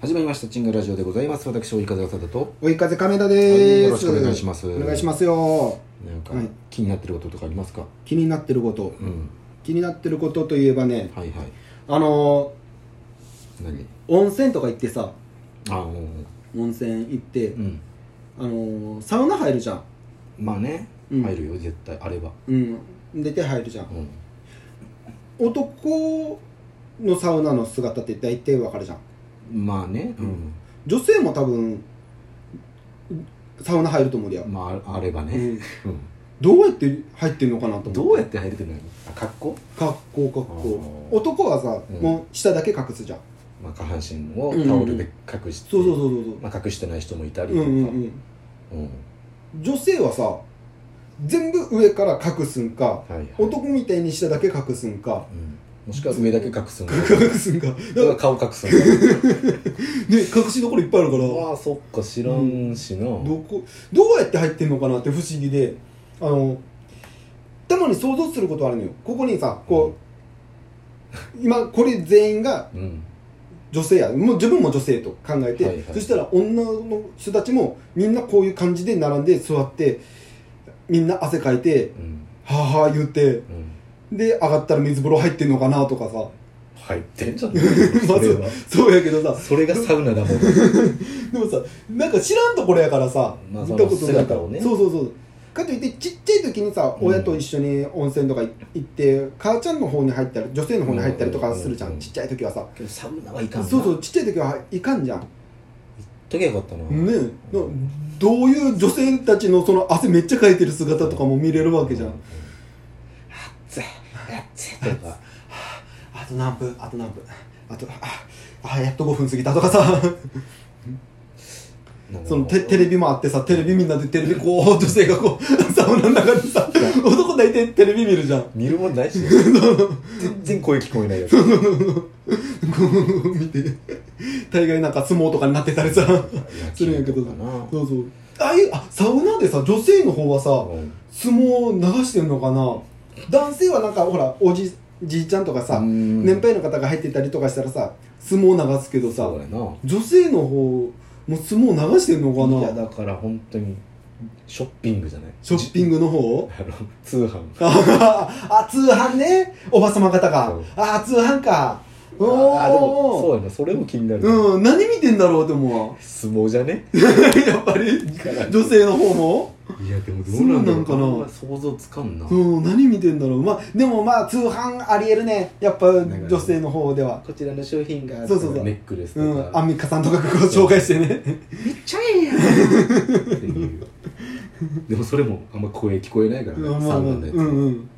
始まりましたチンガラジオでございます私及風浅田と追い風亀田ではいす、よろしくお願いしますお願いしますよなんかはい気になってることとかありますか気になってることうん気になってることといえばねはいはいあの何ー温泉とか行ってさあうん温泉行って、うんあのーサウナ入るじゃんまあねうん入るよ絶対あればうん出て入るじゃんうん男のサウナの姿って大体わかるじゃんまあねうん女性も多分サウナ入ると思うでや、まああればうねんうんどうやって入ってんのかなと思どうやって入れてるのあ格好格好格あー好男はさ、うんもう下だけ隠すじゃんまあ下半身をタオルで隠してそうそうそうそうそうまあ隠してない人もいたりうとんかうんうんうん女性はさ全部上から隠すんかはいはい男みたいに下だけ隠すんかうんもしくは上だけ隠すんだ隠すんかだかそれはら顔隠すんだね隠しどころいっぱいあるからどああそっか知らんしなこどうやって入ってんのかなって不思議であのたまに想像することあるのよここにさこう、今これ全員がうん女性やもう自分も女性と考えて、はいはいそしたら女の人たちもみんなこういう感じで並んで座ってみんな汗かいてうん「はあはあ」言ってうんで上がったら水風呂入ってんのかなとかさ入って んじゃんそれはそうやけどさそれがサウナだもんでもさなんか知らんところやからさ、まあ見たことないからその姿をねそうそうそうかといってちっちゃい時にさうん親と一緒に温泉とかい行って母ちゃんの方に入ったり女性の方に入ったりとかするじゃうんんちっちゃい時はさけどサウナはいかんなそうそうちっちゃい時はいかんじゃんねときゃよかったなえなどういう女性たちのその汗めっちゃかいてる姿とかも見れるわけじゃん、うう熱い熱いとかあと何分あと何分あとああやっと5分過ぎたとかさなんかそのテテレビもあってさテレビみんなでテレビこう女性がこう サウナの中でさ男大体テレビ見るじゃん こ見るもんないし全然声聞こえないやつう見て大概なんか相撲とかになってたり さするんやけどかなそうそうああいうあサウナでさ女性の方はさうん相撲流してんのかな男性はなんかほらおじじいちゃんとかさうん年配の方が入ってたりとかしたらさ相撲流すけどさそうやな女性の方も相撲流してんのかいやなだから本当にショッピングじゃないショッピングの方あの通販 あ、通販ね。おばさま方そがう。あ、通販か。おあーでもそうお。やなそれも気になる、うん、何見てんだろうって思う わ相撲じゃねやっぱり、女性の方も。いやでもどうなんだろうそうあんま想像つかんな、うこん、何見てんだろう。まあ、でもまあ、通販ありえるね。やっぱ、か女性の方では。ちらの商品がそうそうそうとかネックレスうとん、か、アンミカさんとかこう紹 介してね。めっちゃええやんっていうでもそれもあんま声聞こえないからね、うんまサあウまナあうんのやつ、うん。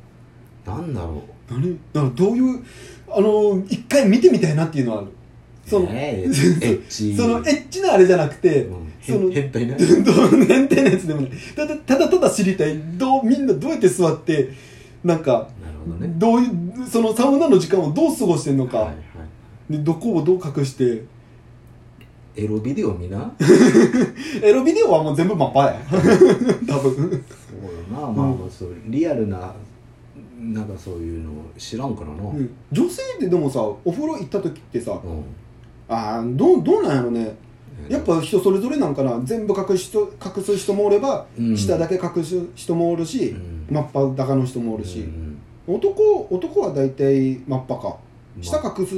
なんだろ何だからどういう、あの、一回見てみたいなっていうのはある。う その、ええエッチその、エッチなあれじゃなくて、うんその変変態な どうなんてなやつでもないただただただ知りたいどうみんなどうやって座ってなんかなるほどねどういうそのサウナの時間をどう過ごしてんのか、はいはいでどこをどう隠してエロビデオ見なエロビデオはもう全部マッパや 多分そうよなまあまあそうリアルななんかそういうの知らんからな、うん女性ってでもさお風呂行った時ってさうんあーどうどうなんやろねやっぱ人それぞれなんかな全部隠しと隠す人もおれば、うん下だけ隠す人もおるし、うんマッパ高の人もおるし、うん男男は大体マッパかまあ下隠す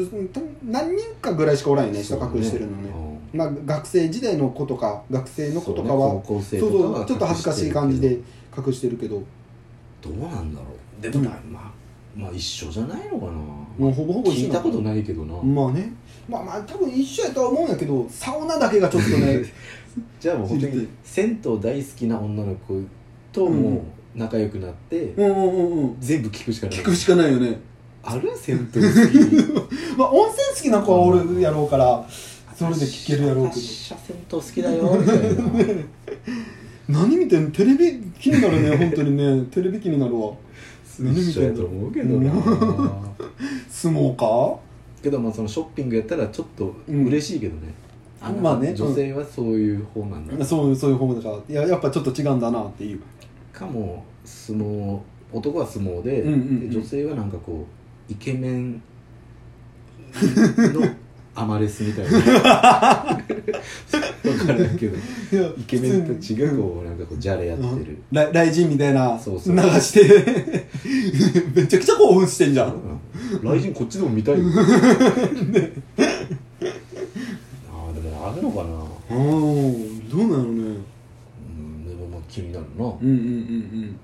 何人かぐらいしかおらんよね下隠してるのねまあ、学生時代の子とか学生うんの子とかそうはね高校そ生う,、とそかうはちょっと恥ずかしい感じで隠してるけどどうなんだろうでうもんな、まあまあ一緒じゃないのかな、もうほぼほぼ一聞緒いたことないけどな、まあねまあまあ多分一緒やとは思うんやけどサウナだけがちょっと ねじゃあもう本当に銭湯大好きな女の子とうんもう仲良くなって、うんうんうんうん全部聞くしかない聞くしかないよねある銭湯好きまあ温泉好きな子はおるやろうからそれで聞けるやろうけど私は銭湯好きだよみたいな何見てんのテレビ気にな るね本当にねテレビ気になるわ何見一緒てやんとの思うけどな相撲かけどまあそのショッピングやったらちょっと嬉しいけどね、うんまあね女性はそういう方なんだ、そうそういう方だからいややっぱちょっと違うんだなっていうかも相撲男は相撲で,、うんうんうんで女性はなんかこうイケメンのアマレスみたい な分からんけどイケメンたちがこうなんかこうじゃれやってる、ラ雷神みたいなそう流そうして めちゃくちゃ興奮してんじゃん雷神こっちでも見たいよああでもあるのかなあーどうなのねうんでもまあ気になるな、うんうん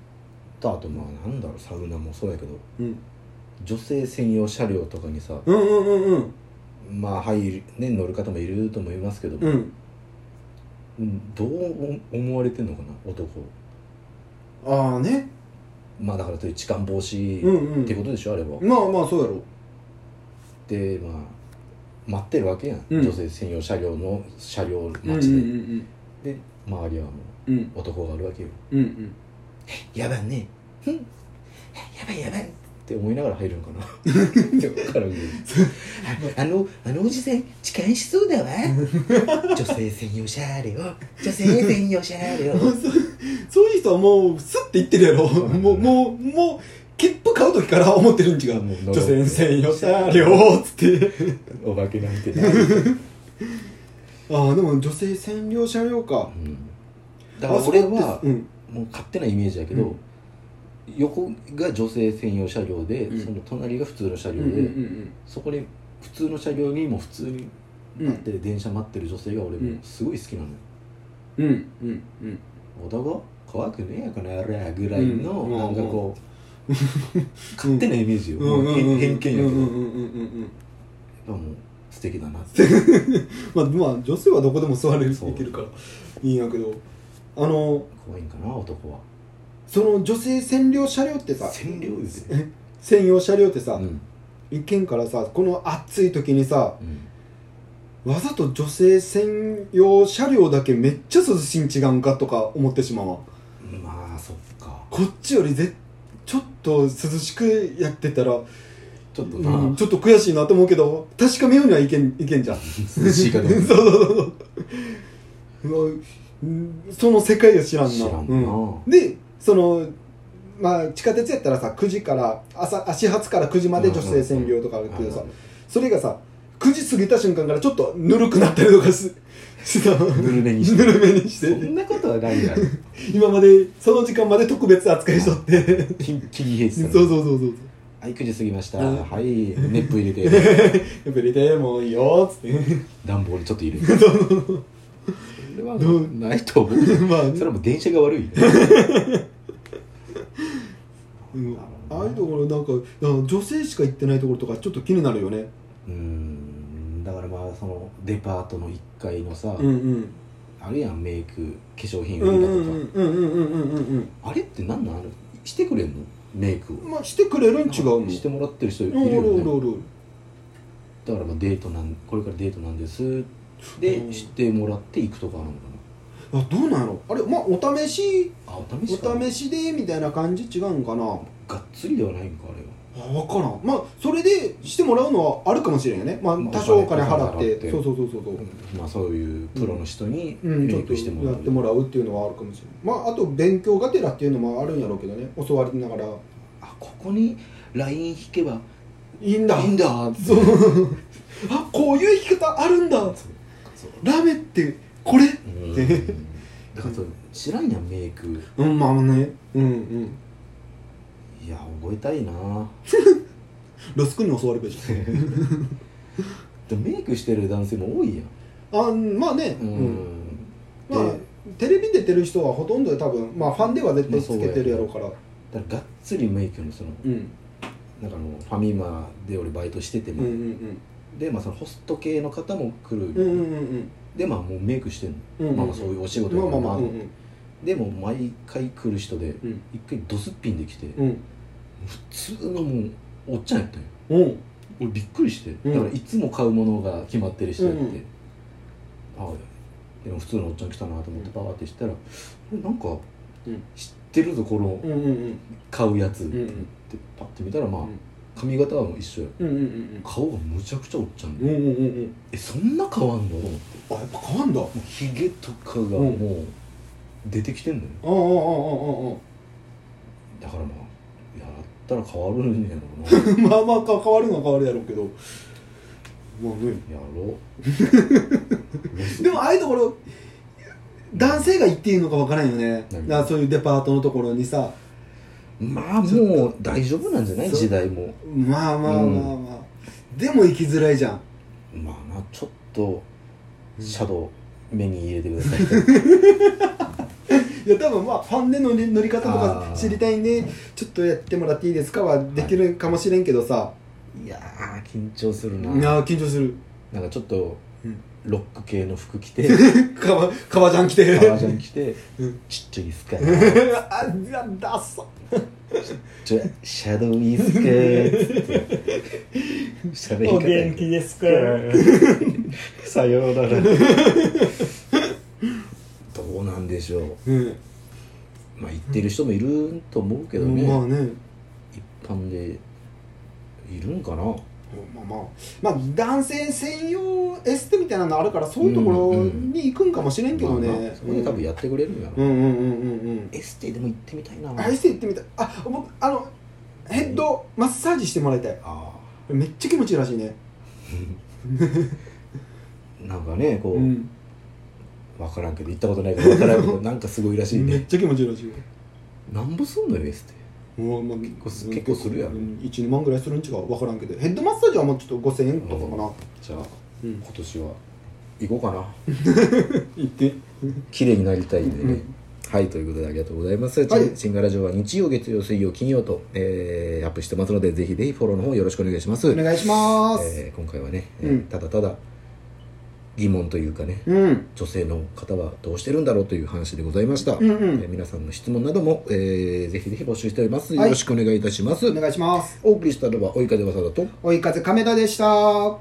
とあとまあなんだろうサウナもそうやけどうんうん女性専用車両とかにさ、うんうんうんうんまあ入るね乗る方もいると思いますけどうも、んうんどう思われてんのかな男ああねまあだからという痴漢防止、うんうんってことでしょあれは、まあまあそうやろでまあ待ってるわけやん、うん女性専用車両の車両うんうん待ちで、うんで周りはもうんうんう男があるわけようん うんやばいねふんやばいやばいって思いながら入るのか な って分からんけどああのあのおじさん痴漢しそうだわ女性専用車 両女性専用車両そういう人はもうスッて言ってるやろ、そうなんだもうもうもう切符買う時から思ってるん違うもう乗ろう女性専用車両っつってお化けなんてない、うん、 ああでも女性専用車両かだから俺あはそうですうんもう勝手なイメージやけど、うん横が女性専用車両で、うんその隣が普通の車う両んで、うんうんそこに普通の車両にも普通にうんで電車待ってる女性が俺うんもすごい好きなのよ、うんうんうん男怖くねえよこの野郎ぐらいの、うんなんかこう勝手なイメージよ、うんもううんうんうん偏見やけど、うんうやんうんうんうんっぱもう素敵 だなってまあまあ女性はどこでも座れるそういけるからいいんやけどあの怖いんかな男はその女性専用車両ってさ占領ですよ、専用車両ってさ、うん一見からさこの暑い時にさうんわざと女性専用車両だけめっちゃ涼しいん違うんかとか思ってしまうわまあそっかこっちよりぜちょっと涼しくやってたら、ちょっとな、うん、ちょっと悔しいなと思うけど確かめようにはいけんいけんじゃん涼しいかそうどうかそうそうそううわうんその世界は知らんな知らん な、うんでそのまあ地下鉄やったらさ9時から朝あ始発から9時まで女性専用とかあるけどさ、それがさ9時過ぎた瞬間からちょっとぬるくなったりとかししたぬるめにしてぬるめにしそてんなことはない やろ今までその時間まで特別扱いしとって緊急閉そう鎖そうそうそうはい9時過ぎました、うんはい熱風入れて やっぱりでもいいよっつって 暖房にちょっと入れてそれはもうないと思うまあねそれはもう電車が悪いねうんああいうところなんかなんか女性しか行ってないところとかちょっと気になるよねうーんだからまあそのデパートの1階のさ、うんうんあるやんメイク化粧品うん売りう場んとか、うんうんうんうんうんうんあれって何なのしてくれんのメイクをまあしてくれるん違うのしてもらってる人いるおるおるよおねるおるだからまあデートなんこれからデートなんですでうんしてもらって行くとかなのかあどうなんやろあれまあお試しなあお試しかお試しでみたいな感じ違うんかながっつりではないんかあれはあ分からんまあそれでしてもらうのはあるかもしれんよねまあまあ多少お金お金払っ払てってそうそうそうそうそうまあ、そういうプロの人にうん、ちメょっイとクしてもらやう,、ってもらうっていうのはあるかもしれないまああと勉強がてらっていうのもあるんやろうけどね教わりながらあここにライン引けばいいんだいいんだそうあこういう弾き方あるんだそうラメってこれうんでだからそう知らんやんメイクうんまあねうんうんいや覚えたいなロス君に教わるべしでもメイクしてる男性も多いやあまあねん、で、まあテレビに出てる人はほとんど多分まあファンでは絶対まあそつうやけてるやろうから、だからがっつりメイクのそのうん、なんかあのファミマで俺バイトしててうんうも、んうんで、まあ、そのホスト系の方も来る、うんうんうんでまあもうメイクしてんの、うんうんまあまあそういうお仕事まやあからまあまあまあうんうんでも毎回来る人でうん一回ドスッピンできて、うん普通のもうおっちゃんやったんようん俺びっくりして、うんだからいつも買うものが決まってる人やって、うんうんあでも普通のおっちゃん来たなと思ってバーってしたらこれなんかうん知ってるぞこのうんうん買うやつってうんうんパッて見たらまあうん髪型はもう一緒やうんうんうん顔がむちゃくちゃおっちゃんうんうでんうんうんえそんな変わんのと思ってあやっぱ変わんだあもうヒゲとかがもう出てきてんのよあああああ だからまあやったら変わるんやろうな あああまあまあか変わるのは変わるやろうけどまあねやろでもああいうところ男性が行っていいのかわからんよねだ何からそういうデパートのところにさまあもう大丈夫なんじゃないそう時代もまあまあまあまあ、でも行きづらいじゃんまあなちょっとシャドウ目に入れてください いや多分まあファンで乗り乗り方とかあー知りたいんでちょっとやってもらっていいですかはできるかもしれんけどさ、いやー緊張するい、なやー緊張するなんかちょっとうんロック系の服着 て革革ジャン着て革ジャン着てうんちっちゃいっすか あいやダッサちょシャドウいいっすかーっつって喋り方ですさようならどうなんでしょううんまあ言ってる人もいると思うけどね、まあね一般でいるんかなまあまあ、まあ、男性専用エステみたいなのあるからそういうところに行くんかもしれんけどね、まあなそこで多分やってくれるんやろ、うんうんうんうんエステでも行ってみたいなうんアイステ行ってみたいあ僕あのヘッドマッサージしてもらいたいあめっちゃ気持ちいいらしいねあなんかねこう、うん分からんけど行ったことないから分からんけ どなんかすごいらしいめっねちゃ気持ちいいらしいよなんぼすんのよエステうわまあ、結構す結構するやろ12万ぐらいするん違う分からんけどヘッドマッサージはもうちょっと5000円とかかなじゃあうん今年は行こうかな行って綺麗になりたいんでね、うんはいということでありがとうございます、はいシンガラジオは日曜月曜水曜金曜と、えーアップしてますのでぜひぜひフォローの方よろしくお願いしますお願いします、えー今回はね、えーうんただただ疑問というかね、うん女性の方はどうしてるんだろうという話でございました、うんうえーん皆さんの質問なども、えーぜひぜひ募集しております、はいよろしくお願いいたします、お願いしますお送りしたのは及川でわさだと追い風亀田でした